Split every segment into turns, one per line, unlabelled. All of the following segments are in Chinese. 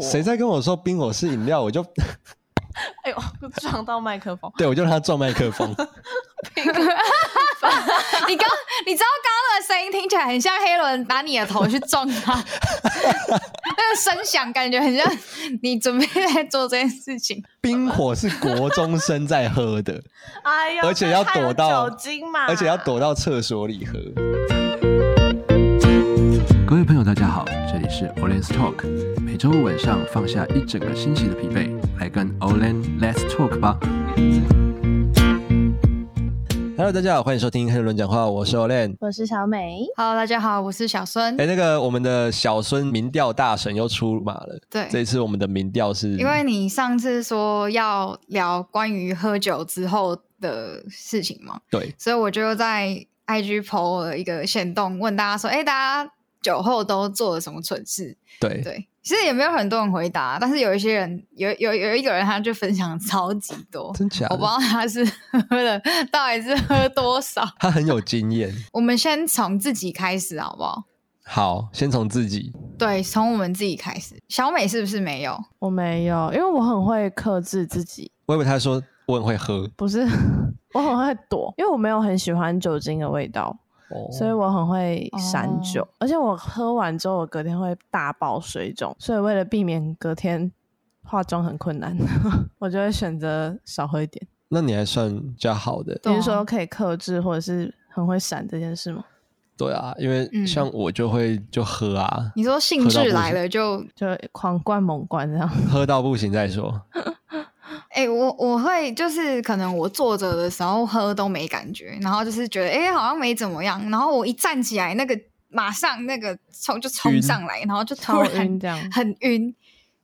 谁在跟我说冰火是饮料，我就 ，
哎呦， 撞到麦克风
对我就让他撞麦克 风。
你刚，你知道刚刚的声音听起来很像黑人把你的头去撞他， 那个声响感觉很像你准备在做这件事情。
冰火是国中生在喝的，
哎呦，
而且要
但它有
躲到
酒精
啊
嘛，
而且要躲到厕所里喝。
各位朋友，大家好，这里是 Olen's Talk，每周五晚上放下一整个星期的疲惫，来跟 Olen Let's Talk 吧。
Hello，大家好，欢迎收听《黑人讲话》，我是 Olen。
我是小美，
Hello，大家好，我是小孙。
哎、那个我们的小孙民调大神又出马了。这
对，
一次我们的民调是，
因为你上次说要聊关于喝酒之后的事情嘛，
对
所以我就在 IG PO 了一个行动，问大家说：“哎、大家酒后都做了什么蠢事？”
对
对，其实也没有很多人回答，但是有一些人，有有有一个人，他就分享超级多，
真假
我
的
不知道他是 喝了到底是喝多少。
他很有经验。
我们先从自己开始好不好？
好，先从自己。
对，从我们自己开始。小美是不是没有？
我没有，因为我很会克制自己，
我以为他说我很会喝，
不是， 我很会躲，因为我没有很喜欢酒精的味道，
哦
所以我很会
哦
闪酒，而且我喝完之后，我隔天会大爆水肿，所以为了避免隔天化妆很困难， 我就会选择少喝一点。
那你还算比较好的。
对
你
啊
是说可以克制，或者是很会闪这件事吗？
对啊，因为
嗯
像我就会就喝啊，
你说兴
喝到
致
不
来
行
了就
就狂灌猛灌这样。
喝到不行再说。
哎、我我会就是可能我坐着的时候喝都没感觉，然后就是觉得哎、诶好像没怎么样，然后我一站起来，那个马上那个冲就冲
晕
上来，然后就突
超
然
晕这样
很晕，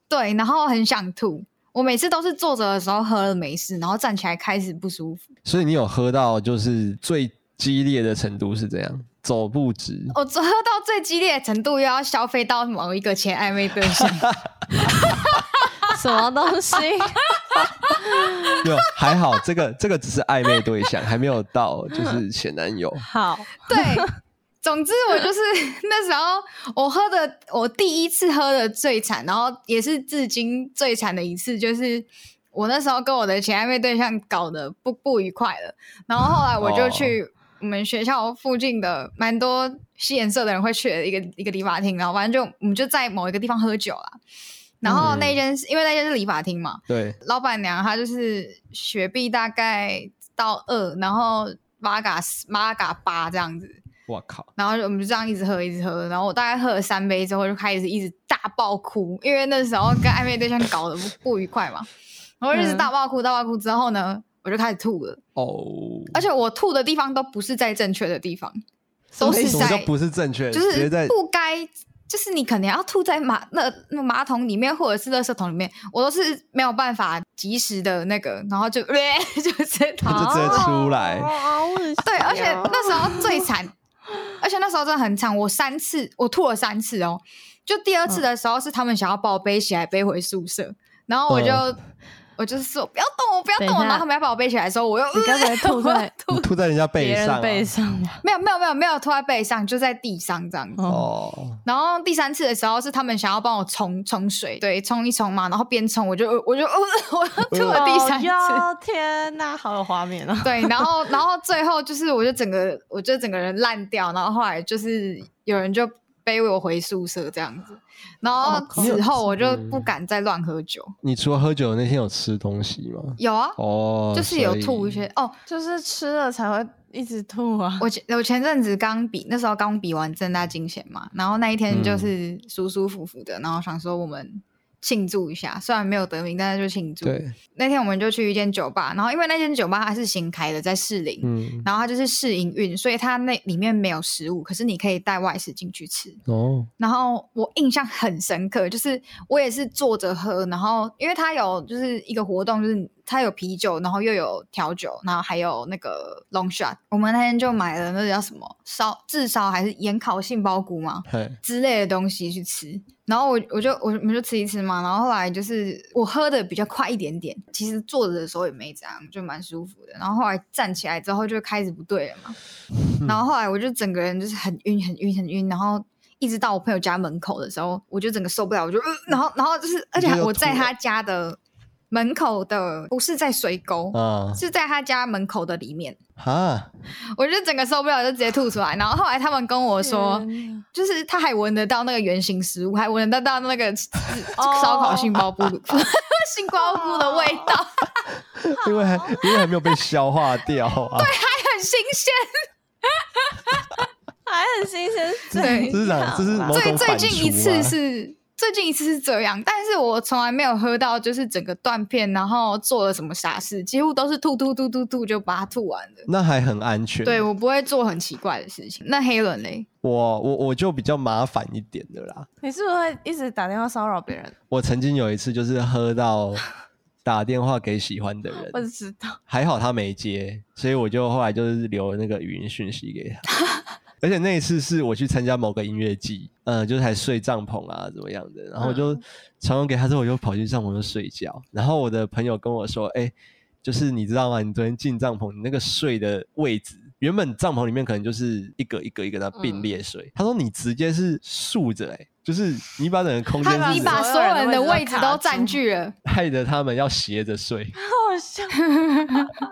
对，然后很想吐。我每次都是坐着的时候喝了没事，然后站起来开始不舒服。
所以你有喝到就是最激烈的程度是怎样？走不 直，
我只喝到最激烈的程度，又要消费到某一个前暧昧对象。
什么东西？
没有还好，这个这个只是暧昧对象，还没有到就是前男 友。
好，
对，总之我就是那时候我喝的，我第一次喝的最惨，然后也是至今最惨的一次，就是我那时候跟我的前暧昧对象搞得不不愉快了，然后后来我就去我们学校附近的蛮多吸颜色的人会去的一个一个理发厅，然后反正就我们就在某一个地方喝酒啦。然后那间是、因为那间是理发厅嘛，
对，
老板娘她就是雪碧大概到二，然后玛嘎玛嘎八这样子，
我靠，
然后我们就这样一直喝一直喝，然后我大概喝了三杯之后就开始一直大爆哭，因为那时候跟暧昧对象搞得不不 愉快嘛，然后就一直大爆哭大爆哭之后呢，我就开始吐了，
哦，
而且我吐的地方都不是在正确的地方，
什
都
么意
是
什
思
么叫
在
不是正确？
就
直
是
接在
不该，就是你可能要吐在马那那马桶里面，或者是垃圾桶里面，我都是没有办法及时的那个，然后就 就直接吐
就。直接
啊
出来。
对，而
哎
且那时候最惨，而且那时候真的很惨，我三次我吐了三次哦。就第二次
嗯
的时候是他们想要把我背起来背回宿舍，然后我就、
哦
我就是说不要动我不要动
等一
我，
下
然后他们要把我背起来的时候，我又
你该不会吐在
你吐在人家背
别
上、
人
啊，
背上吧？
没有没有没有没有拖在背上，就在地上这样子。
哦，
哦，
然后第三次的时候是他们想要帮我冲冲水，对，冲一冲嘛，然后边冲我就我就我要吐了第三次，
哟天哪，好有画面哦！
对，然后然后最后就是我就整个我就整个人烂掉，然后后来就是有人就背我回宿舍这样子，然后
哦
此后我就不敢再乱喝酒，
你除了喝酒的那天有吃东西吗？
有啊，
哦，
就是有
所以
吐一些哦，
就是吃了才会一直吐啊。
我前我前阵子刚比，那时候刚比完正大金贤嘛，然后那一天就是舒舒服服的，然后想说我们庆祝一下，虽然没有得名，但是就庆祝。
对，
那天我们就去一间酒吧，然后因为那间酒吧它是新开的，在士林，
嗯，
然后它就是试营运，所以它那里面没有食物，可是你可以带外食进去吃。
哦，
然后我印象很深刻，就是我也是坐着喝，然后因为它有就是一个活动，就是它有啤酒，然后又有调酒，然后还有那个 long shot。我们那天就买了那个叫什么烧炙烧还是盐烤杏鲍菇吗？
嘿，
之类的东西去吃。然后我我就我我们就吃一吃嘛，然后后来就是我喝的比较快一点点，其实坐着的时候也没怎样，就蛮舒服的。然后后来站起来
嗯
之后就开始不对了嘛，然后后来我就整个人就是很晕很晕很晕，然后一直到我朋友家门口的时候，我就整个受不了，我就、呃、然后然后就是，而且
你就又
我在
吐了
他家的门口的，不是在水沟，
啊
是在他家门口的里面，
哈，
我就整个受不了，就直接吐出来。然后后来他们跟我说，
天哪
就是他还闻得到那个圆形食物，还闻得到那个就是烧烤杏鲍菇、 杏鲍菇的味道，很
因为还因为还没有被消化掉 啊，
新鲜。
还很新鲜，
对
这是哪这是某
最
种啊
最
反
近一
刍
次
吗
是最近一次是这样，但是我从来没有喝到就是整个断片，然后做了什么傻事，几乎都是吐吐吐吐吐就把它吐完的。
那还很安全。
对我不会做很奇怪的事情。那黑人嘞，
我我我就比较麻烦一点的啦。
你是不是会一直打电话骚扰别人？
我曾经有一次就是喝到打电话给喜欢的
我
人，
只知道，
还好他没接，所以我就后来就是留那个语音讯息给他。 而且那一次是我去参加某个音乐季，嗯，就是还睡帐篷啊怎么样的，然后我
嗯
就传完给他之后，我就跑去帐篷就睡觉。然后我的朋友跟我说：“哎、就是你知道吗？你昨天进帐篷，你那个睡的位置，原本帐篷里面可能就是一个一个一个的并列睡，
嗯
他说你直接是竖着，哎，就是你把整个空间
他把
是
你把所有人的位置都占据了，
害得他们要斜着睡。
好笑，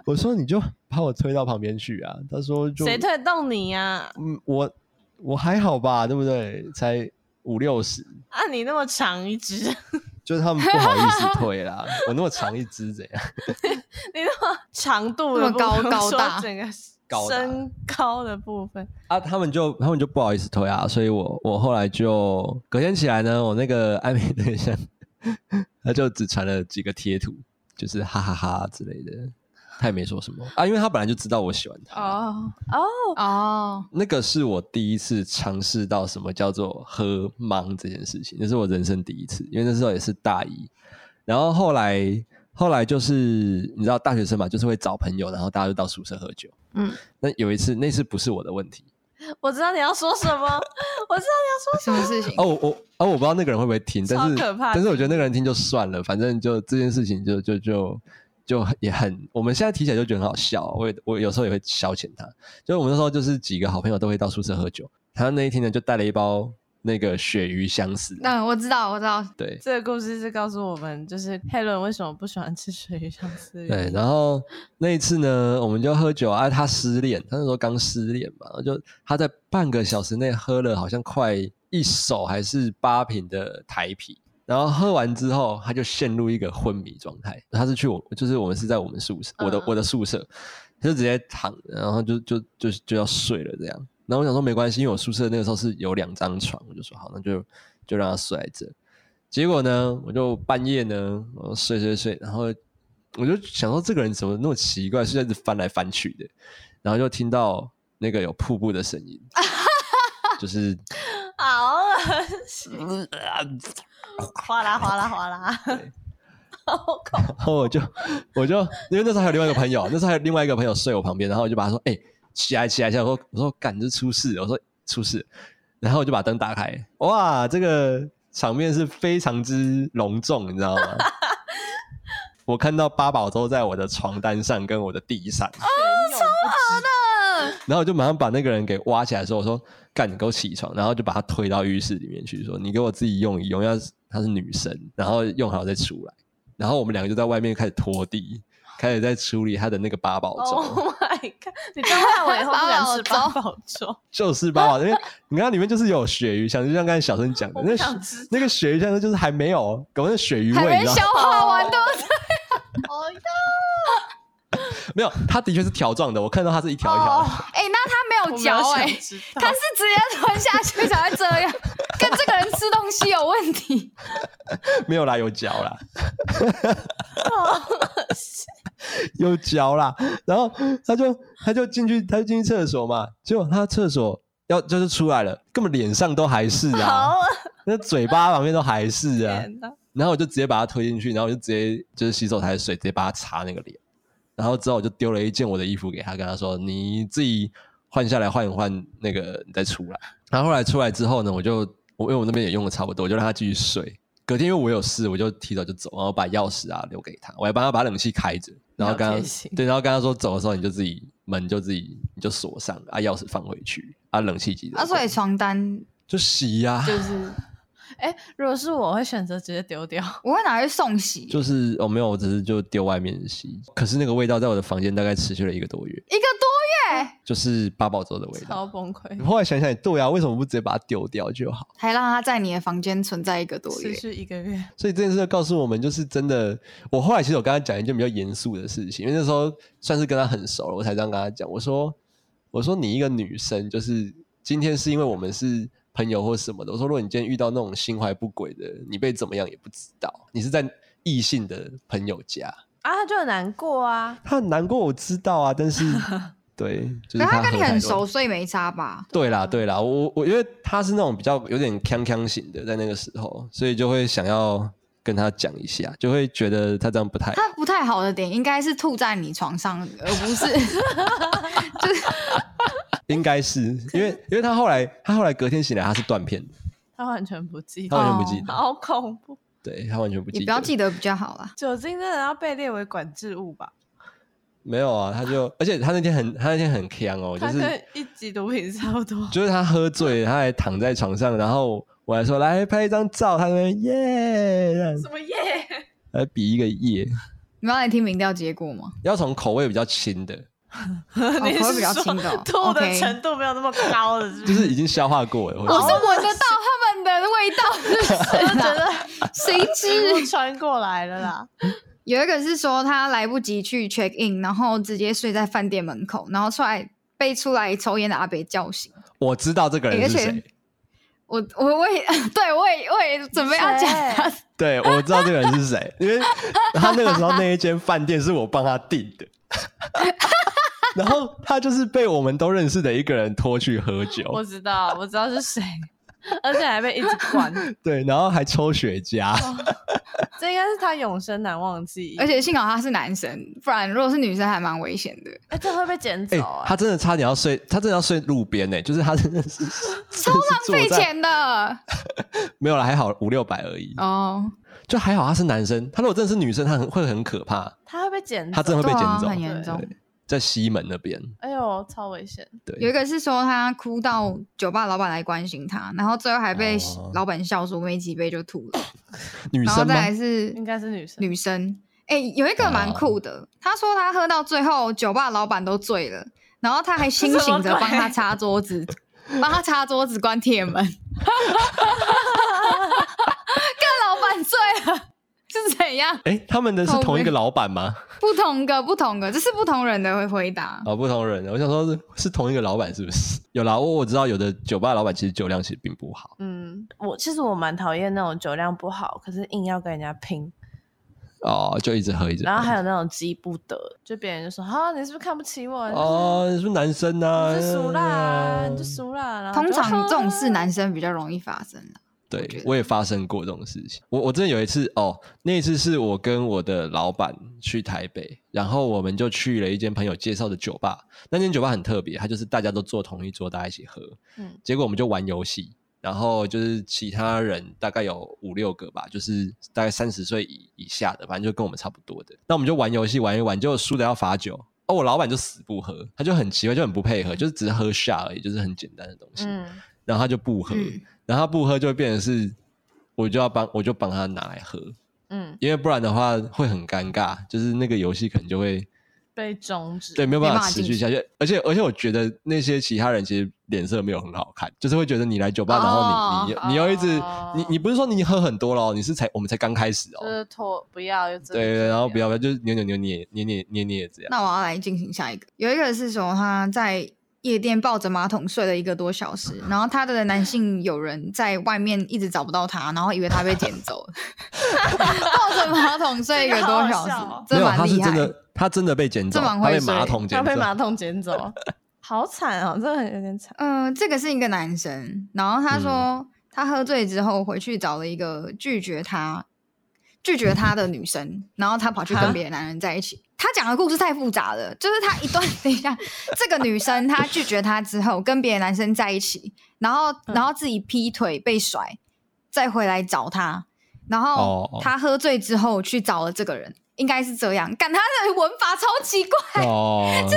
我说你就把我推到旁边去啊。他说就
谁推动你啊呀、
嗯，我我还好吧，对不对？才五六十，
啊？你那么长一只， 你
就是他们不好意 思推啦。我那么长一只怎样？
那么长度的
那么高
部分
高大
说整个
高大
身高的部分，
啊，他们就他们就不好意思推啊，所以我我后来就隔天起来呢，我那个暧昧对象他就只传了几个贴图，就是哈哈哈之类的，他也没说什么啊，因为他本来就知道我喜欢他。
哦哦，
哦，
那个是我第一次尝试到什么叫做喝芒这件事情，那是我人生第一次，因为那时候也是大一。然后后来后来就是你知道大学生嘛，就是会找朋友，然后大家就到宿舍喝酒。
嗯，
那有一次那次不是我的问题
我知道你要说什么，我知道
什么事情？
哦，我我哦我不知道那个人会不会听，但是
超可怕的
但是我觉得那个人听就算了，反正就这件事情就就就就也很，我们现在提起来就觉得很好笑，我也我有时候也会消遣他。就是我们那时候就是几个好朋友都会到宿舍喝酒，他那一天呢就带了一包那个鳕鱼香丝，
嗯，我知道，我知道，
对
这个故事是告诉我们，就是黑伦为什么不喜欢吃水鱼香丝鱼。
对， 然后那一次呢，我们就喝酒啊，他失恋，他那时候刚失恋嘛，就他在半个小时内喝了好像快一手还是八瓶的台啤，然后喝完之后他就陷入一个昏迷状态，他是去我就是我们是在我们宿舍，我的
嗯
我的宿舍，他就直接躺，然后就就就就要睡了这样，然后我想说没关系，因为我宿舍那个时候是有两张床，我就说好，那就就让他睡在这。结果呢，我就半夜呢，我睡睡睡，然后我就想说这个人怎么那么奇怪，是在这翻来翻去的，然后就听到那个有瀑布的声音，就是
好恶心，哗啦哗啦哗 啦，好恐怖！
然后我就我就因为那时候还有另外一个朋友，那时候还有另外一个朋友睡我旁边，然后我就把他说：“哎、起来起来起来！”我说：“我说赶这出事了！”我说：“出事了！”然后我就把灯打开，哇，这个场面是非常之隆重，你知道吗？ 我看到八宝粥在我的床单上跟我的地上，
超好的，
嗯
然后我就马上把那个人给挖起来说：“我说干，你给我起床！”然后就把他推到浴室里面去，说：“你给我自己用一用，要是她是女生，然后用好再出来。”然后我们两个就在外面开始拖 地，开始在处理他的那个八宝粥，
Oh my god！你这样害我以后不敢吃八
八
宝粥，
就是八宝，因为你看里面就是有鳕鱼香，就像刚才小生讲的，
我
那
不想吃。
那个鳕鱼香就是还没有，搞那鳕鱼
还
味，你
没
知道
消
吗？
化完都
哦哟
没有，它的确是条状的，我看到它是一条一条
哦
的。
哎、那他没有
我没
嚼
有
哎、
想 知道
他是直接吞下去才会这样， 跟这个人吃东西有问题。
没有啦，有嚼啦， 有嚼啦。然后他就他就进去，他就进去厕所嘛。结果他厕所要就是出来了，根本脸上都还是啊
好，恶
那嘴巴旁边都还是啊。
心的，
然后我就直接把他推进去，然后我就直接就是洗手台的水直接把他擦那个脸。然后之后我就丢了一件我的衣服给他，跟他说：“你自己换下来换一换，那个你再出来。”然后后来出来之后呢，我就我因为我那边也用的差不多，我就让他继续睡。隔天因为我有事，我就提早就走，然后把钥匙啊留给他，我还帮他把冷气开着，然后跟
好贴
他
心
对，然后跟他说走的时候你就自己门就自己你就锁上，啊钥匙放回去，啊冷气机的
啊，所以床单
就洗呀、
就是
哎，如果是我会选择直接丢掉，
我会拿去送洗，
就是哦，没有，我只是就丢外面洗。可是那个味道在我的房间大概持续了一个多月，
一个多月
就是八宝粥的味
超
道。
崩溃
你，后来想想也对啊，为什么不直接把它丢掉就好？
还让它在你的房间存在一个多
持
月。
续一个月。
所以这件事就告诉我们，就是真的。我后来其实我跟他讲一件比较严肃的事情，因为那时候算是跟他很熟了，我才这样跟他讲。我说，我说你一个女生，就是今天是因为我们是朋友或什么的。我说，如果你今天遇到那种心怀不轨的，你被怎么样也不知道，你是在异性的朋友家，
啊，他就很难过啊。
他很难过，我知道啊，但是对，就
可
是
是
他
跟你
喝太
很
多
熟，。所以没差吧？
对啦，对啦，我我因为他是那种比较有点锵锵型的，在那个时候，所以就会想要跟他讲一下，就会觉得他这样不太
它不太好的点应该是吐在你床上，而不 是
应该是因为因为他后来他后来隔天醒来他是断片的，
他完全不记
他
得，
完全不记得，
好恐怖！
对他完全不记
也
得，
不要记得比较好啦。
酒精真的要被列为管制物吧？
没有啊，他就而且他那天很他那天很锵哦，就
它
是
跟一级毒品差不多。
就是他喝醉，他还躺在床上，然后我还说来拍一张照，他那边耶，这样
什么耶？
来比一个耶，
你们要来听民调结果吗？
要从口味比较轻的，
你
口味
是
比较
说
轻的哦
吐的
OK
程度没有那么高的，是不？
就是
哦
是已经消化过了，或
我
者
哦是闻得到他们的味道，是不 是
觉
啊？
得
谁知
我穿过来了啦，
有一个是说他来不及去 check in，然后直接睡在饭店门口，然后出来被出来抽烟的阿北叫醒。
我知道这个人是
而
谁
且，我我我也 对我也我也准备要讲他，
对我知道这个人是谁， 因为他那个时候那一间饭店是我帮他订的。 然后他就是被我们都认识的一个人拖去喝酒，
我知道，我知道是谁，而且还被一直灌，
对，然后还抽雪茄，
这应该是他永生难忘的记忆。
而且幸好他是男生，不然如果是女生还蛮危险的，
哎，这会被捡
哎、
走啊！
他真的差点要睡，他真的要睡路边呢、就是他真的是超浪
费，钱 的
没有了，还好五六百而已，
哦，
就还好他是男生，他如果真的是女生，他很会很可怕，
他会被捡走，
他真的会被
对
捡
啊
走，
很严重。
在西门那边，
哎呦，超危险！
有
对，
一个是说他哭到酒吧老板来关心他，然后最后还被
哦
老板笑说没几杯就吐了，
女
然后
生吗
再？来是
应该是女生，
女生，哎、有一个蛮酷的，他说他喝到最后，酒吧老板都醉了，然后 他还清醒
什
着
么鬼
帮他擦桌子，帮他擦桌子关铁门，看老板醉了是怎样？
哎、他们的是同一个老板 吗？
不同个不同个，这是不同人的回答。
哦，不同人，我想说是是同一个老板是不是？ 有啦，我我知道有的酒吧老板其实酒量其实并不好，
嗯，我其实我蛮讨厌那种酒量不好，可是硬要跟人家拼，
哦，就一直喝一直喝。
然后还有那种急不得，就别人就说啊，你是不是看不起我？
哦，你是不是男生啊？
你是熟啦，你就
熟。
熟啦。然后
哎通
就
常这种事，
啊
男生比较容易发生啦
对
觉，得
我也发生过这种事情。我我真的有一次哦，那一次是我跟我的老板去台北，然后我们就去了一间朋友介绍的酒吧。那间酒吧很特别，它就是大家都坐同一桌，大家一起喝。
嗯
结果我们就玩游戏，然后就是其他人大概有五六个吧，就是大概三十岁以以下的，反正就跟我们差不多的。那我们就玩游戏玩一玩，结果输的要罚酒。哦，我老板就死不喝，他就很奇怪，就很不配合，就是只是喝下而已，就是很简单的东西。
嗯，
然后他就不喝，
嗯
然后他不喝就会变成是，我就要帮我就帮他拿来喝，
嗯，
因为不然的话会很尴尬，就是那个游戏可能就会
被终止。
对没有办
没
法
办法
持续
进行
下去，而且而且我觉得那些其他人其实脸色没有很好看，就是会觉得你来酒吧，然后你、
哦
你你又一直、
哦
你你不是说你喝很多哦咯，你是才我们才刚开始
就
哦，
是拖不要，就真的
对对，
是
然后不要不要就是扭扭扭捏捏捏捏捏这样，
那我要来进行下一个，有一个是说他在夜店抱着马桶睡了一个多小时，然后他的男性友人在外面一直找不到他，然后以为他被捡走了， 抱着马桶睡一个多
这个
小
好好笑
时
哦，
没有他
蛮
是
厉害
真。的他真的被捡走，
这蛮
他被
会睡
马桶捡
他
走，
被马桶捡 走，好惨哦，真的很有点惨。
嗯、这个是一个男生，然后
嗯
他说、他喝醉之后回去找了一个拒绝他拒绝他的女生，然后他跑去跟别的男人在一起。他讲的故事太复杂了，就是他一段， 等一下，这个女生她拒绝他之后跟别的男生在一起，然后
嗯
然后自己劈腿被甩，再回来找他，然后
哦
他喝醉之后去找了这个人，应该是这样。干他的文法超奇怪，
哦，
为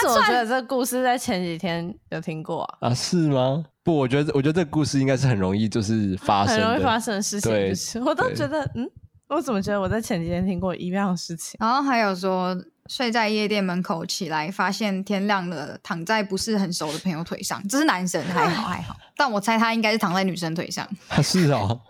什么我觉得这故事在前几天有听过啊？
啊是吗？不，我觉得我觉得这个故事应该是很容易就是发生
很
的，
容易发生的事情，
对
就是 我都
对
觉得，嗯，我怎么觉得我在前几天听过一样的事情？
然后还有说睡在夜店门口起来，发现天亮了，躺在不是很熟的朋友腿上，这是男生还好还好，但我猜他应该是躺在女生腿上。
啊是哦，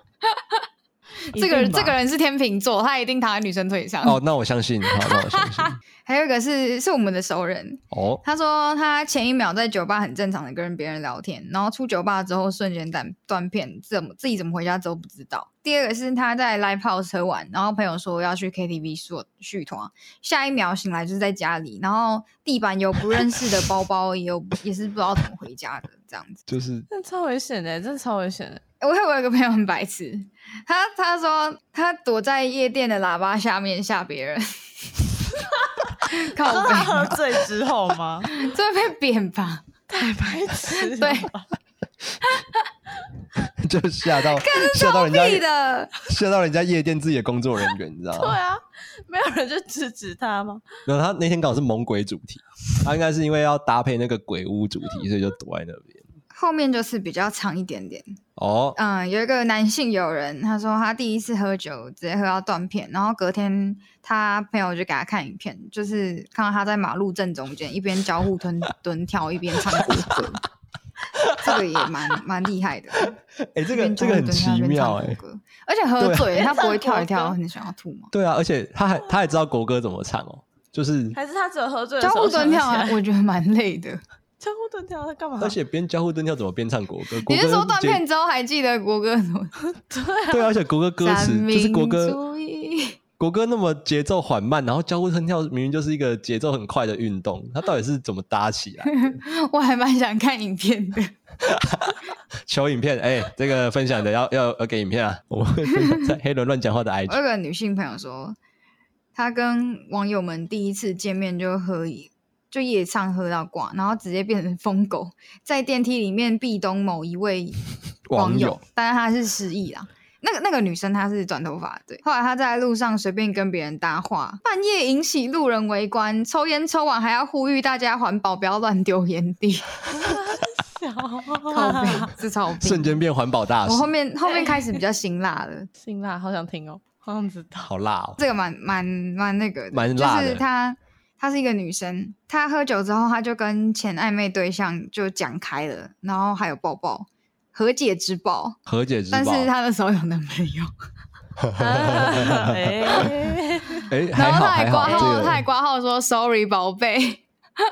这个
一定
人
吧
这个人是天秤座，他一定躺在女生腿上。
哦，那我相信，好，那我相信，
还有一个是是我们的熟人，
哦，
他说他前一秒在酒吧很正常的跟别人聊天，然后出酒吧之后瞬间断断片，怎么自己怎么回家都不知道。第二个是他在 live house 喝完，然后朋友说要去 KTV 说续团，下一秒醒来就是在家里，然后地板有不认识的包包，也有也是不知道怎么回家的这样子。
就是
那超危险的，真的超危险的。
我有我有个朋友很白痴，他他说他躲在夜店的喇叭下面吓别人， 靠
说
背
他喝醉之后 吗？
这会被扁吧？
太白痴了
对，
就吓到吓到人家
屁的，
吓到人家夜店自己的工作人员，你知道
对
吗？
啊，没有人去制止他 吗？
然后他那天刚好是猛鬼主题，他应该是因为要搭配那个鬼屋主题，所以就躲在那边。
后面就是比较长一点点。
哦，
嗯，有一个男性友人，他说他第一次喝酒直接喝到断片，然后隔天他朋友就给他看影片，就是看到他在马路正中间一边交互 蹲蹲跳一边唱国歌，这个也蛮蛮厉害的。
哎， 这个
一边
这
交
个
互
很
蹲跳
奇
一边唱
妙
国
哎，
歌，而且喝
对啊
醉他不会
唱国
跳一跳，
歌
很想要吐吗？
对啊，而且他还他还知道国歌怎么唱哦，就是
还是他只有喝醉的
交
时
互
候想
蹲
起
跳啊
来，
我觉得蛮累的。
交互蹲跳他啊干嘛？
而 且边交互蹲跳怎么边唱国歌？国
你
歌
是说断
就
片之后还记得国歌怎么？
对啊，而且国歌歌词就是国
三民
歌，
主义
国歌那么节奏缓慢，然后交互蹲跳明明就是一个节奏很快的运动，它到底是怎么搭起来？
我还蛮想看影片的。
求影片，哎、这个分享的要要要给影片啊！我们会分享在黑人乱讲话的
我
IG
有个女性朋友说，她跟网友们第一次见面就喝一就夜唱喝到挂，然后直接变成疯狗，在电梯里面壁咚某一位
网
网
友
友，但是她是失忆啦。那个那个女生她是短头发，对。后来她在路上随便跟别人搭话，半夜引起路人围观，抽烟抽完还要呼吁大家环保，不要乱丢烟蒂。 靠 背，这超有病
瞬间变环保大
我
使
后，面后面开始比较辛辣了，
辛辣，好想听哦，好想知道。
好辣哦！
这个蛮蛮蛮那个的，
蛮辣的
就是她她是一个女生，她喝酒之后，她就跟前暧昧对象就讲开了，然后还有抱抱，和解之抱。
和解之
但
宝，
是她那时候有男朋友，
哎，
哎、 还
然
好
后她还
还好
挂，号，
这
她还
个
挂号说 sorry 宝贝，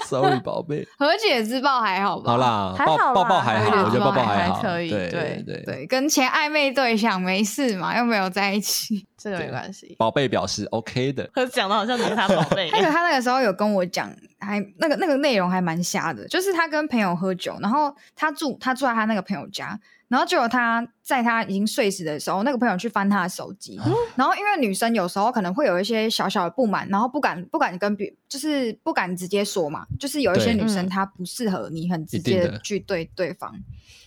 sorry 宝 贝，
和解之抱还好吧？
好，啦，
还
抱
好啦
抱抱还好，
还
我觉得抱抱
还
好，
可以
对
对
对对，
对，跟前暧昧对象没事嘛，又没有在一起。
哦这个没关系。
宝贝表示 OK 的，
我讲的好像你是他宝贝一
还有
样。
她那个时候有跟我讲，还那个那个内容还蛮瞎的，就是她跟朋友喝酒，然后她住她住在她那个朋友家，然后结果她在她已经睡死的时候，那个朋友去翻她的手机，然后因为女生有时候可能会有一些小小的不满，然后不敢不敢跟别就是不敢直接说嘛，就是有一些
对
女生
嗯
她不适合你很直
一定
接
的
地去对对方，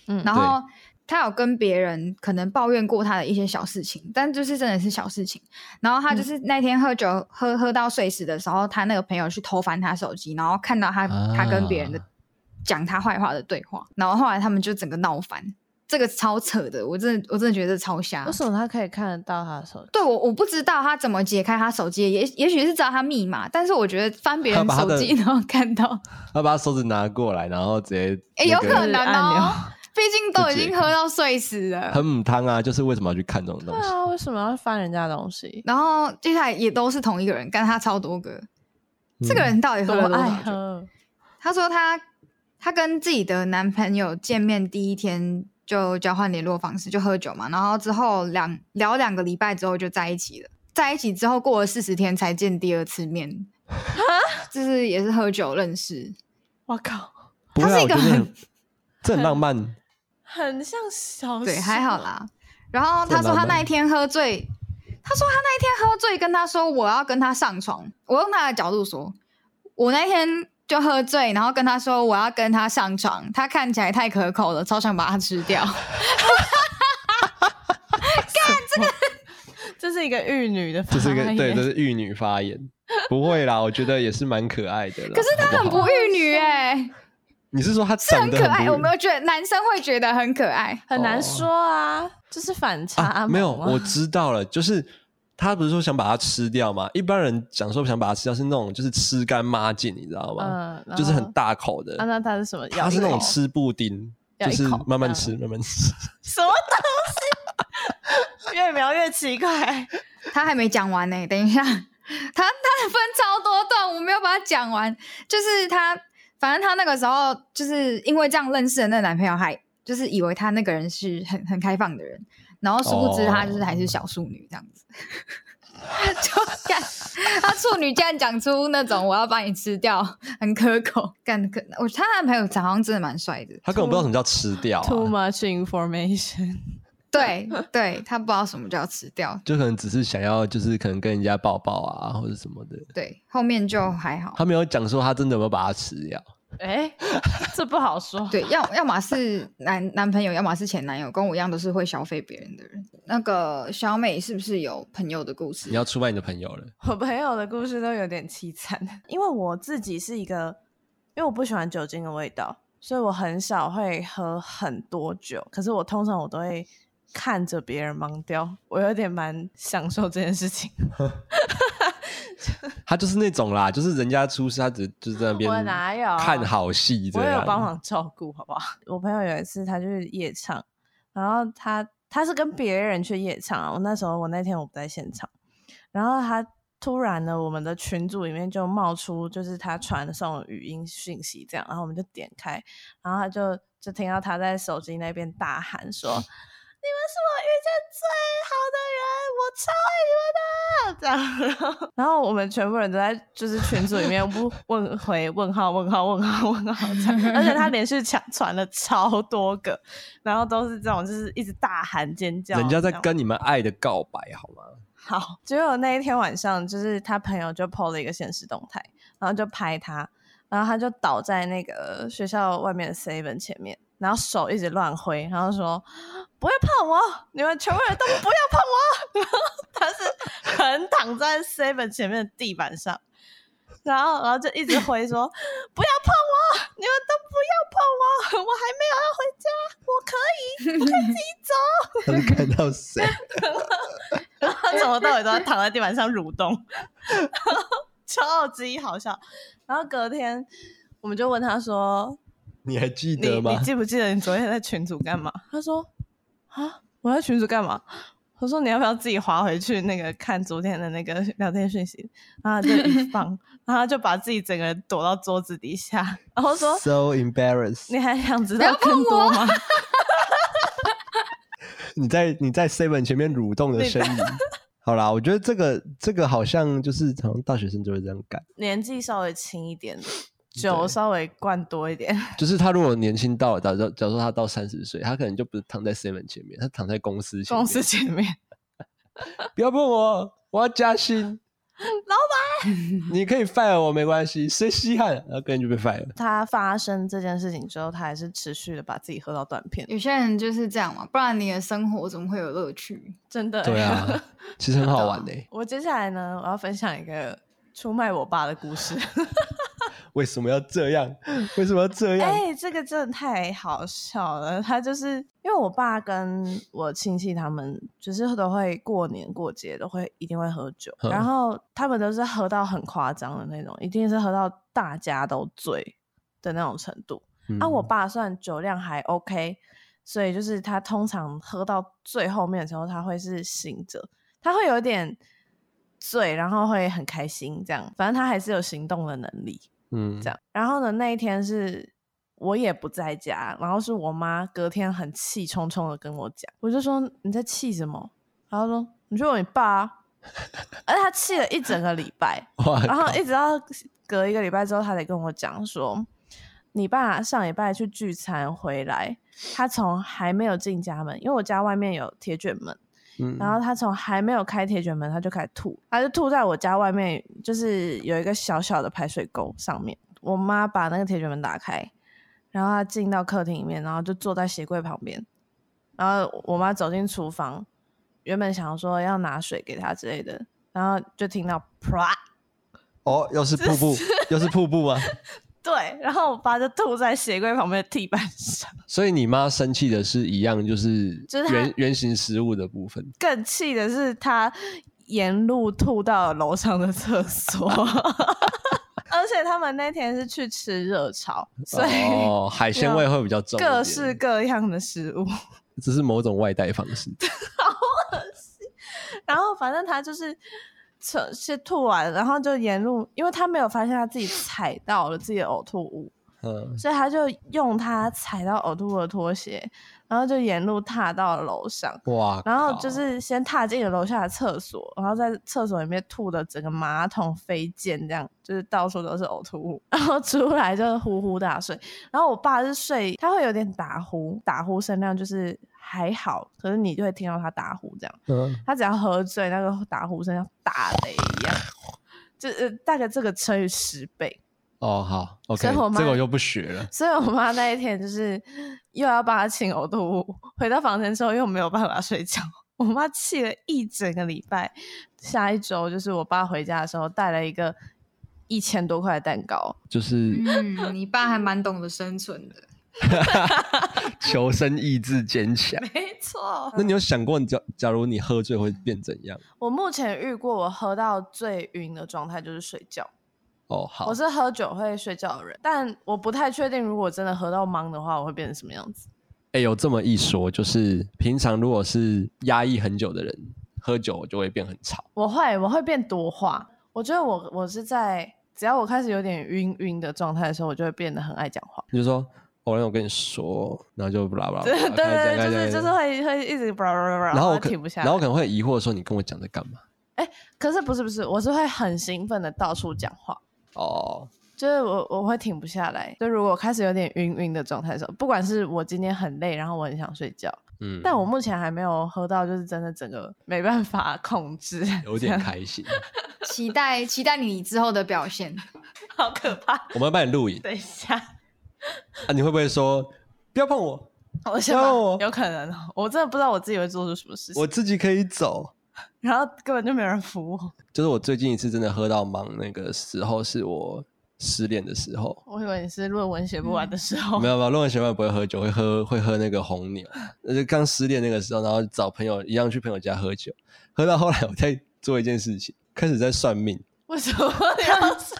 嗯
然后她有跟别人可能抱怨过她的一些小事情，但就是真的是小事情。然后她
嗯
就是那天喝酒、喝喝到睡死的时候，她那个朋友去偷翻她手机，然后看到她
啊
她跟别人的讲她坏话的对话，然后后来他们就整个闹翻，这个超扯的，我真的我真的觉得超瞎
为。什么他可以看得到他的手机？
对我我不知道她怎么解开她手机，也也许是知道她密码，但是我觉得翻别
她
人
把她
手
的
机然 后看到，
他把他手指拿过来，然后直接那
哎、有
个
可能
按钮
哦，毕竟都 已
就
经
解
喝到睡死了，
很母汤啊，就是为什么要去看这种东
对
西？
啊，为什么要翻人家的东西？
然后接下来也都是同一个人，但他超多个。
嗯
这个人到底喝
多
了多
爱
少酒？
喝，
他说他他跟自己的男朋友见面第一天就交换联络方式，就喝酒嘛，然后之后两聊两个礼拜之后就在一起了。在一起之后过了四十天才见第二次面， 就是也是喝酒认识。
我靠，
不会、
它
啊，
是一
我
个
觉得
很
很 这很浪漫，
很像小
对，还好
啦。
啦。然后
这
他
很
说他
浪漫
那一天喝醉，他说他那一天喝醉，跟他说我要跟他上床。我用他的角度说，我那天就喝醉，然后跟他说我要跟他上床。他看起来太可口了，超想把他吃掉。
这这是一个玉女的发
这
言，
是一个对，这是玉女发言，不会啦，我觉得也是蛮可爱的啦。
可是她
好
很
不好
不玉女哎、
你是说她
是
长
很
得
可爱。
不
我没有觉得男生会觉得很可爱，
哎很难
哦
说啊，就是反差、
啊？没有，我 知道了，就是他不是说想把它吃掉吗？一般人讲说想把它吃掉是那种就是吃干抹净，你知道吗？
嗯，然
就是
后
很大口的，
啊，那它是什么？咬
它
一
是那种
口
吃布丁，
咬
就
一
是
口
慢慢
嗯
吃，慢慢吃。
什么东西？ 越描越奇怪。
他还没讲完呢、等一下，他他分超多段，我没有把它讲完。就是他，反正他那个时候就是因为这样认识的那个男朋友还，就是以为他那个人是很很开放的人，然后殊不知他就是还是小处女这样子。 就干他处女竟然讲出那种我要把你吃掉，很可口。干可我他男朋友长好像真的蛮帅的，
他根本不知道什么叫吃掉、
Too
啊，
much information。
对对，他不知道什么叫吃掉。
就可能只是想要就是可能跟人家抱抱啊或者什么的。
对，后面就还好。
他没有讲说他真的有没有把它吃掉。
哎、这不好说。
对，要要么是男男朋友，要么是前男友，跟我一样都是会消费别人的人。那个小美是不是有朋友的故事
你？要出卖你的朋友了，
我朋友的故事都有点凄惨， 因为我自己是一个，因为我不喜欢酒精的味道，所以我很少会喝很多酒。可是我通常我都会看着别人盲掉，我有点蛮享受这件事情。
他就是那种啦，就是人家出事，他只就是在那边
我哪有
看好戏这
我
样。
有帮忙照顾，好不 好？我朋友有一次他去夜唱，然后他他是跟别人去夜唱啊，我那时候我那天我不在现场，然后他突然呢，我们的群组里面就冒出就是他传送语音讯息这样，然后我们就点开，然后他就就听到他在手机那边大喊
嗯
说：“你们是我遇见最好的人，我超爱你们的！”这样，然 后然后我们全部人都在就是群组里面问问回问号问号问号问号这样，而且他连续抢传了超多个，然后都是这种就是一直大喊尖叫，
人家在
这样
跟你们爱的告白，好吗？
好，结果那一天晚上，就是他朋友就 PO 了一个现实动态，然后就拍他，然后他就倒在那个学校外面的 seven 前面，然后手一直乱挥，然后说不要碰我，你们全部人都不要碰我。然 后他是横躺在 seven 前面的地板上，然后然后就一直挥说不要碰我，你们都不要碰我，我还没有要回家，我可以。
他是看到谁？
然后他从头到尾都在躺在地板上蠕动， 超级好笑。然后隔天我们就问他说：“
你还记
你
得
你
吗？
记不记得你昨天在群组干嘛？”他说：“啊，我在群组干嘛？”我说：“你要不要自己划回去那个看昨天的那个聊天讯息？”然后他就一放，然后他就把自己整个人躲到桌子底下，然后说
So：“embarrassed！
你还想知道更多吗？”
你在你在 Seven 前面蠕动的身影。好啦，我觉得这个这个好像就是好像大学生就会这样干，
年纪稍微轻一点的，酒稍微灌多一点。
就是他如果年轻到了，假如假如说他到三十岁，他可能就不是躺在 Seven 前面，他躺在公司前面。
公司前面，
不要碰我，我要加薪。
老
板，你可以 fire 我没关系，谁稀罕？然后个人就被 fire 了。
他发生这件事情之后，他还是持续的把自己喝到断片，
有些人就是这样嘛，不然你的生活怎么会有乐趣？
真的。
对啊， 其实很好玩呢、 欸
我接下来呢，我要分享一个出卖我爸的 故事。
为什么要这样？为什么要这样？
哎、这个真的太好笑了。他就是因为我爸跟我亲戚他们，就是都会过年过节都会一定会喝酒，
嗯
然后他们都是喝到很夸张的那种，一定是喝到大家都醉的那种程度。
嗯
啊，我爸算酒量还 OK，所以就是他通常喝到最后面的时候，他会是醒着，他会有点醉，然后会很开心，这样，反正他还是有行动的能力，
嗯
这样。然后呢，那一天是我也不在家，然后是我妈隔天很气冲冲的跟我讲，我就说你在气什么？然后说你去问你爸、啊， 而且他气了一整个礼拜，
哇
然后
靠
一直到隔一个礼拜之后，他才跟我讲说，你爸上礼拜去聚餐回来，他从还没有进家门，因为我家外面有铁卷门，
嗯
然后他从还没有开铁卷门，他就开始吐，他就吐在我家外面，就是有一个小小的排水沟上面。我妈把那个铁卷门打开，然后他进到客厅里面，然后就坐在鞋柜旁边，然后我妈走进厨房，原本想说要拿水给他之类的，然后就听到 啪，
哦，又是瀑布， 又是瀑布吗？
对，然后我爸就吐在鞋柜旁边的地板上，
所以你妈生气的是一样，就是
就是她
原原型食物的部分。
更气的是他沿路吐到楼上的厕所。 而且他们那天是去吃热炒，所以
哦，海鲜味会比较重一点，
各式各样的食物。
这是某种外带方式。
然后反正他就是扯是吐完，然后就沿路，因为他没有发现他自己踩到了自己的呕吐物，
嗯，
所以他就用他踩到呕吐物的拖鞋，然后就沿路踏到了楼上。
哇，
然后就是先踏进了楼下的厕所，然后在厕所里面吐的整个马桶飞溅，这样就是到处都是呕吐物， 然后出来就是呼呼大睡。然后我爸是睡，他会有点打呼，打呼声量就是还好，可是你就会听到他打呼这样。
靠，嗯，
他只要喝醉，那个打呼声像打雷一样，就呃大概这个乘以十倍。
哦，好，OK，
所以我妈
这个我就不学了。
所以我妈那一天就是又要帮他清呕吐物，回到房间之后又没有办法睡觉。 我妈气了一整个礼拜，下一周就是我爸回家的时候带了一个一千多块的蛋糕，
就是
嗯，你爸还蛮懂得生存 的。
求生意志坚强。
没错。
那你有想过，你假假如你喝醉会变怎样？
我目前遇过我喝到最晕的状态就是睡觉，
哦，好
我，是喝酒会睡觉的人，但我不太确定如果真的喝到懵的话，我会变成什么样子。
哎，有这么一说，就是平常如果是压抑很久的人，喝酒就会变很吵。
我会，我会变多话。我觉得我我是在只要我开始有点晕晕的状态的时候，我就会变得很爱讲话。
你就说，偶然我跟你说，然后就巴拉巴拉，
对对对，
开始
就
讲
是就是。会会一直 blah blah blah，
开始讲然后我
然后
可
停不下来。
然后我可能会疑惑说，你跟我讲在干嘛？
可是不是不是，我是会很兴奋的到处讲话，
哦，
就是我我会停不下来。就如果我开始有点晕晕的状态的时候，不管是我今天很累，然后我很想睡觉，
嗯，
但我目前还没有喝到，就是真的整个没办法 控制，
有点开心。
期待期待你之后的表现。
好可怕。
我们要帮你录影
等一下，
啊，你会不会说不要碰我，
我先
然
把
后我
有可能哦，我真的不知道我自己会做出什么事情。
我自己可以走？
然后根本就没有人扶我。
就是我最近一次真的喝到忙，那个时候是我失恋的时候。
我以为你是论文写不完的时候，
没有没有，论文学妹不会喝酒，会喝会喝那个红牛。那就刚失恋那个时候，然后找朋友一样去朋友家喝酒，喝到后来我在做一件事情，开始在算命。
为什么你要 说？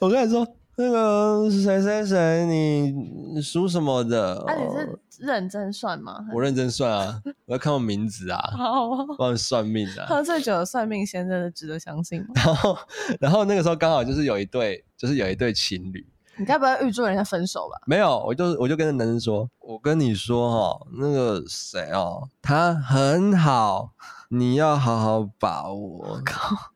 我跟你说，那个谁谁谁，你你属什么的？
那、啊你
哦
是认真算吗？
我认真算啊，我要看我名字啊，
好、哦，
帮你算命啊。
喝醉酒的算命先生真的值得相信吗？
然后，然后那个时候刚好就是有一对，就是有一对情侣，
你该不会预祝人家分手吧？
没有，我就我就跟那男生说，我跟你说哈、那个谁哦，他很好，你要好好把握，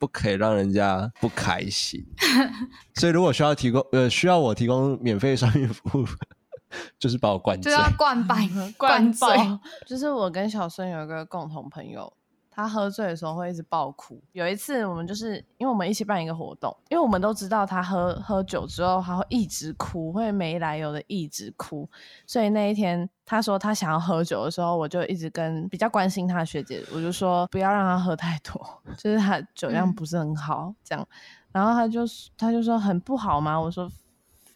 不可以让人家不开心。 所以如果需要提供呃需要我提供免费商业服务， 就是把我灌
就
醉。
要灌 白嗯灌醉，
爆！就是我跟小孙有一个共同朋友。他喝醉的时候会一直爆哭。有一次，我们就是因为我们一起办一个活动，因为我们都知道他喝喝酒之后，他会一直哭，会没来由的一直哭。所以那一天，他说他想要喝酒的时候，我就一直跟比较关心他的学姐，我就说不要让他喝太多， 就是他酒量
嗯
不是很好、这样。然后他就他就说很不好吗？我说，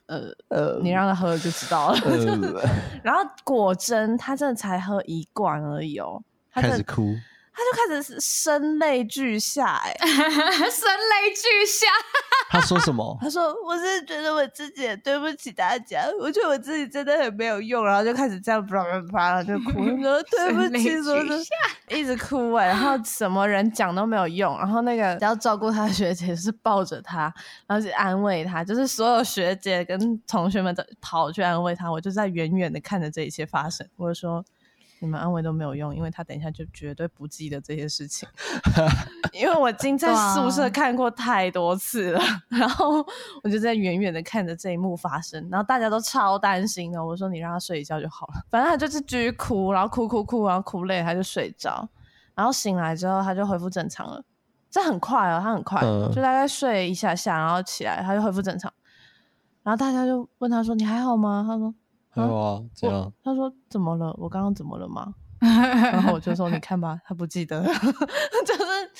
呃呃，你让他喝了就知道了。
呃，
然后果真，他真的才喝一罐而已哦，他真
开
的
始哭，
他就开始声泪俱下、哎，
声泪俱下。
他说什 么？
他说：“我真的觉得我自己也对不起大家，我觉得我自己真的很没有用。”然后就开始这样啪啪啪，然后就哭，他说对
声
不
泪
起，什么的
俱，
一直哭哎、然后什么人讲都没有用，然后那个要照顾他的学姐是抱着他，然后去安慰他，就是所有学姐跟同学们都跑去安慰他，我就在远远的看着这一切发生，我就说。你们安慰都没有用，因为他等一下就绝对不记得这些事情。因为我已经在宿
对
舍
啊
看过太多次了，然后我就在远远的看着这一幕发生，然后大家都超担心的。我说你让他睡一觉就好了，反正他就是继续哭，然后哭哭哭，然后哭累了他就睡着，然后醒来之后他就恢复正常了。这很快哦，他很快，
嗯
就大概睡一下下，然后起来他就恢复正常。然后大家就问他说：“你还好吗？”他说：“
还有啊，这
我
样
他说：“怎么了？我刚刚怎么了吗？” 然后我就说：“你看吧，他不记得。” 就是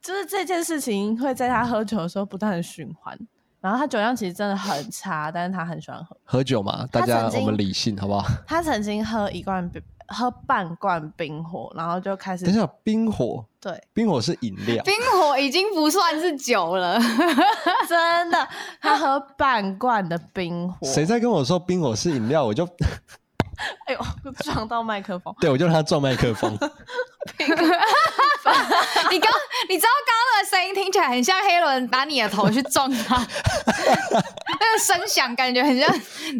就是这件事情会在他喝酒的时候不断的循环。然后他酒量其实真的很差，但是他很喜欢喝。
喝酒嘛，大
他
家
曾
我
经
们理性好不好？
他曾经喝一罐冰，喝半罐冰火，然后就开始
等一下，冰火，
对，
冰火是饮料，
冰火已经不算是酒了，
真的，他喝半罐的冰火，
谁在跟我说冰火是饮料，我就 ，
哎呦， 撞到麦克风
对我就让他撞麦克 风。
你刚你知道刚刚那个声音听起来很像黑人把你的头去撞他， 那个声响感觉很像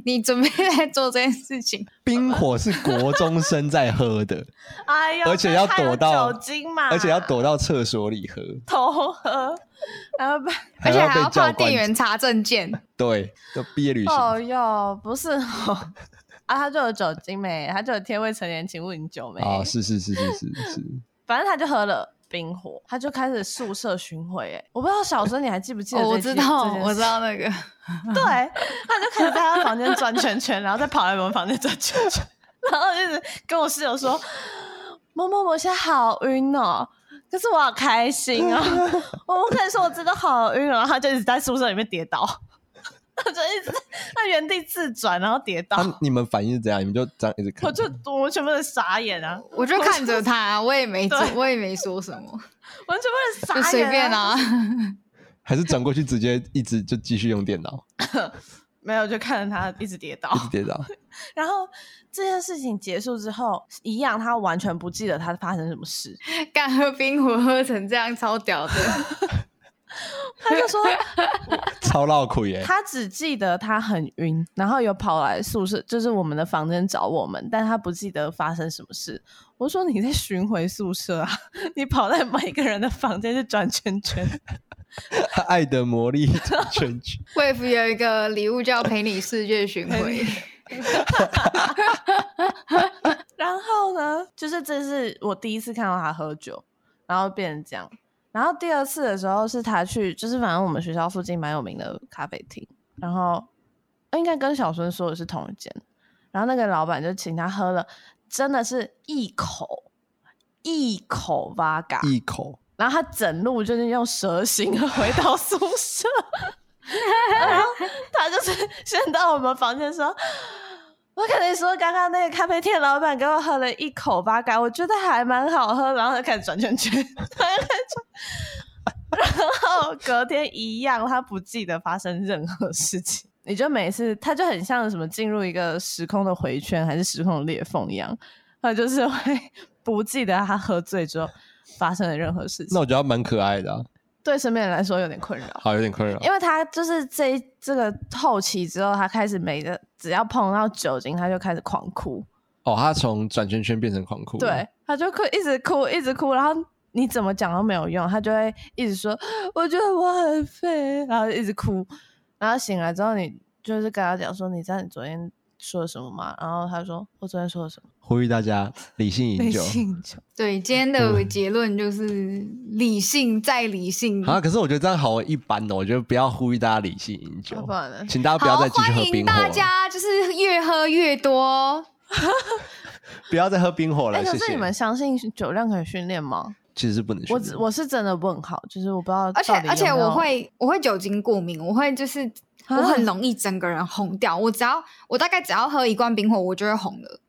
你准备在做这件事情。
冰火是国中生在喝的，
哎呦，
而且要
但它有
躲到
酒精嘛，
而且要躲到厕所里喝，
偷喝，然后被
而且
要
还
被
要
教
怕
官
店员查证件，
对，就毕业旅行。
哦哟，不是哦，啊，他就有酒精没，他就有天未成年请勿饮酒没，
啊，是是是是是是，
反正他就喝了。冰火，他就开始宿舍巡回。哎，我不知道小生你还记不记得
哦，
这
我
件、
知道
这件，事
我知道那个，
对，他就开始在他房间转圈圈，然后再跑来我们房间转圈圈，然后一直跟我室友说：“某某某现在好晕哦，可是我好开心哦，我不可以说我真的好晕哦。”然后他就一直在宿舍里面跌倒，他就一直在他原地自转，然后跌倒，
他啊你们反应是怎样？你们就这样一直看。
啊我 就我们全部人傻眼啊，
我就看着他，我也没做
对，
我也没说什 么，
我们全部
就
人傻眼、
随便。啊。
还是转过去直接一直就继续用电脑，
没有，就看着他一直跌倒，
一直
嗯
跌倒。
然后这件事情结束之后，一样，他完全不记得他发生什么事，
干喝冰火喝成这样，超屌的。
他就说
超闹苦 耶！
他只记得他很晕，然后有跑来宿舍，就是我们的房间找我们，但他不记得发生什么事。我说你在巡回宿舍啊， 你跑在每个人的房间去转圈圈，
他爱的魔力全剧，
Wave 有一个礼物叫陪你世界巡回，
然后呢，就是这是我第一次看到他喝酒，然后变成这样。然后第二次的时候是他去，就是反正我们学校附近蛮有名的咖啡厅，然后呃应该跟小孙说的是同一间，然后那个老板就请他喝了，真的是一口一口 v 嘎，
一口
然后他整路就是用蛇形 地回到宿舍，然后他就是先到我们房间说：“我跟你说，刚刚那个咖啡店老板给我喝了一口八嘎，我觉得还蛮好喝。”然后就开始转圈圈，然后就开始转，然后隔天一样，他不记得发生任何事情。你就每次，他就很像什么进入一个时空的回圈，还是时空的裂缝一样，他就是会不记得他喝醉之后发生的任何事
那
情，
我觉得蛮可爱的啊、
对身边人来说有点困扰。
好有点困扰。
因为他就是这一这个后期之后，他开始每个只要碰到酒精，他就开始狂哭，
哦，他从转圈圈变成狂哭，
对，，他就哭，一直哭，一直哭，然后你怎么讲都没有用，他就会一直说我觉得我很废，然后一直哭，然后醒来之后，你就是跟他讲说你知道你昨天说了什么吗？然后他说我昨天说了什么？
呼吁大家理性饮酒
性酒，
对，今天的结论就是理性再理性。
啊。可是我觉得这样好一般哦，我觉得不要呼吁大家理性饮酒
要，不然呢？
请大家不要
好，
再继续喝
欢
冰
迎
火
大
了，
家就是越喝越多。
不要再喝冰火
哎，
了，
可
谢
是你
谢。
们相信酒量可以训练吗？
其实是不能训
我
练
只我是真的问号，就是我不知道到
而
底
且
有没有，
而且我会我会酒精过敏，我会就是我
啊
很容易整个人红掉。我只要我大概只要喝一罐冰火，我就会红了。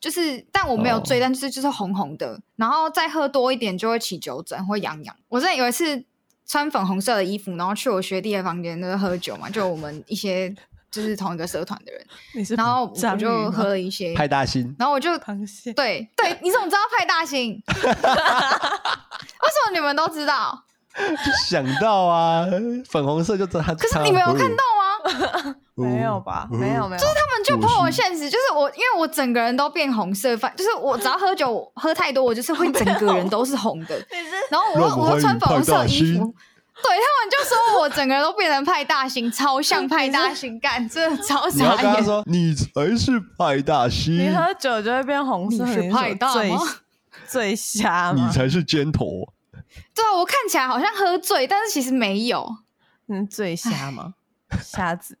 就是，但我没有醉，
哦
但就是就是红红的，然后再喝多一点就会起酒疹，会痒痒。我之前有一次穿粉红色的衣服，然后去我学弟的房间就是喝酒嘛，就我们一些就是同一个社团的 人，
你是
然后
章
我
鱼
就
吗
喝了一些，
派大 星，
然后我就
螃蟹。
对对，你怎么知道派大星？ 为什么你们都知道？
想到啊，粉红色就知道他。
可是你们有看到吗？
呼？
没有吧？没有没有，就是
他们就破我现实，就是我，因为我整个人都变红色，反就是我只要喝酒喝太多，我就是会整个人都是红的。
你是
然后我
让我
我
欢
又
迎
穿粉红色
派大
的衣服
星，
对他们就说我整个人都变成派 大星，超像派大星，干真的超
你要
傻
跟他
眼。
说，你才是派大星，
你喝酒就会变红色，
你是
你
派大
最
吗
最瞎
你
吗？
才是尖头。
对啊，我看起来好像喝醉，但是其实没有。
你最瞎吗？瞎子，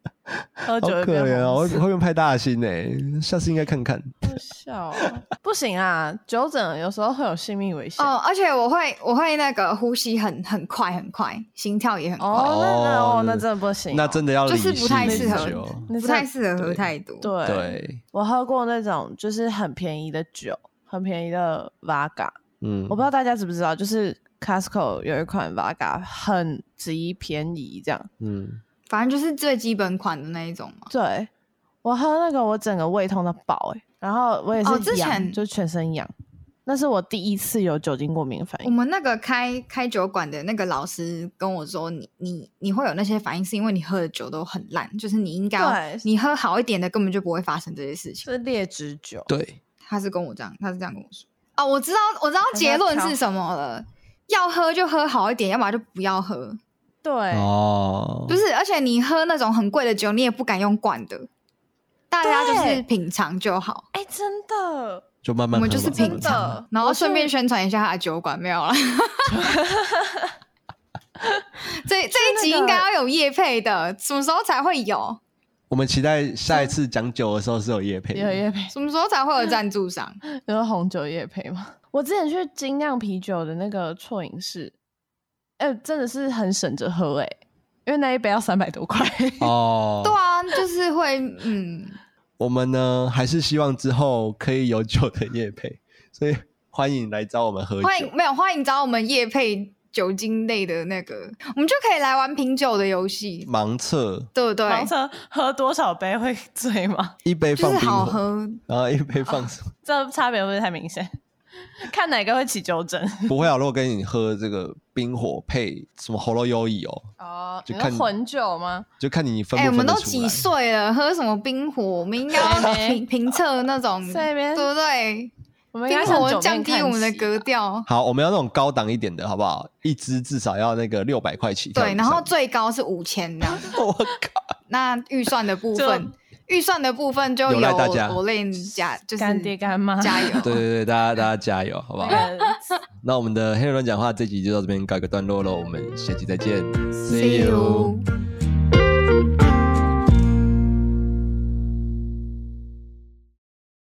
喝
好
酒会
可怜
变
哦，
红
我
字
会不会拍大星哎？ 下次应该看看。
好笑哦不行啊，酒疹有时候会有性命危险。
哦，而且我会我会那个呼吸很很快很快，心跳也很快，
哦，那那
哦
哦，那真的不行哦，
那真的要
就是
理
不太
性
适
饮
合
酒
你
不太
这
适合喝
对
太多。
对。
对，
我喝过那种就是很便宜的酒，很便宜的 Vaga，
嗯，
我不知道大家知不知道，就是 Costco 有一款 Vaga 很极便宜，这样。
嗯，
反正就是最基本款的那一种嘛。
对我喝那个，我整个胃痛到爆哎、然后我也是
哦之
痒
前
就全身痒，那是我第一次有酒精过敏反
我
应。
们那个开开酒馆的那个老师跟我说，你你你会有那些反应，是因为你喝的酒都很烂，就是你应该要
对
你喝好一点的，根本就不会发生这些事情。
是劣质酒，
对，
他是跟我这样，他是这样跟我说。哦，我知道，我知道
是
结
要
论
调
是什么了。要喝就喝好一点，要么就不要喝。
对，
哦，
不是，而且你喝那种很贵的酒，你也不敢用罐的，大家就是
对
品尝就好。
哎、真的，
就慢
我
慢
们
喝
就是
嘛
品
真的
尝，然后
我是
顺便宣传一下他的酒馆，没有 啦。这这一集
那个
应该要有夜配的，什么时候才会有？
我们期待下一次讲酒的时候是有夜配
有
的，
叶培，
什么时候才会有赞助商？
有红酒叶培吗？ 我之前去精酿啤酒的那个错饮室，哎、真的是很省着喝哎、因为那一杯要三百多块。
哦，
对啊，就是会嗯，
我们呢还是希望之后可以有酒的夜配， 所以欢迎来找我们喝
欢
酒
迎。没有欢迎找我们夜配酒精类的那个，我们就可以来玩品酒的游戏，
盲测
对不对？
盲测喝多少杯会醉吗？
一杯
就
放
是
冰
好
火，
喝，
然后一杯放什 么？
这差别会不会太明显？ 看哪个会起纠正
不会啊，如果跟你喝这个冰火配什么喉咙优饮哦，
哦
就你说看
混酒吗？
就看你分
哎、
不
我
分
们
得
都
出来。
几岁了，喝什么冰火？我们应该 要
妹妹
评评测 那种，
在那
对
边
不对？
我们应
冰
该向
火
酒
降
面
低
看
我们的
齐
格调，
好，我们要那种高档一点的，好不好？一支至少要那个六百块起跳以上。
对，然后最高是五千这样子。
我靠，
那预算的部
就
分，预算的部分就
有赖
由
大家
我练加，就是
干爹干妈
加油。
对对对，大家大家加油，好不好？
那个
那我们的黑人乱讲话这集就到这边告一个段落喽，我们下期再见
See you。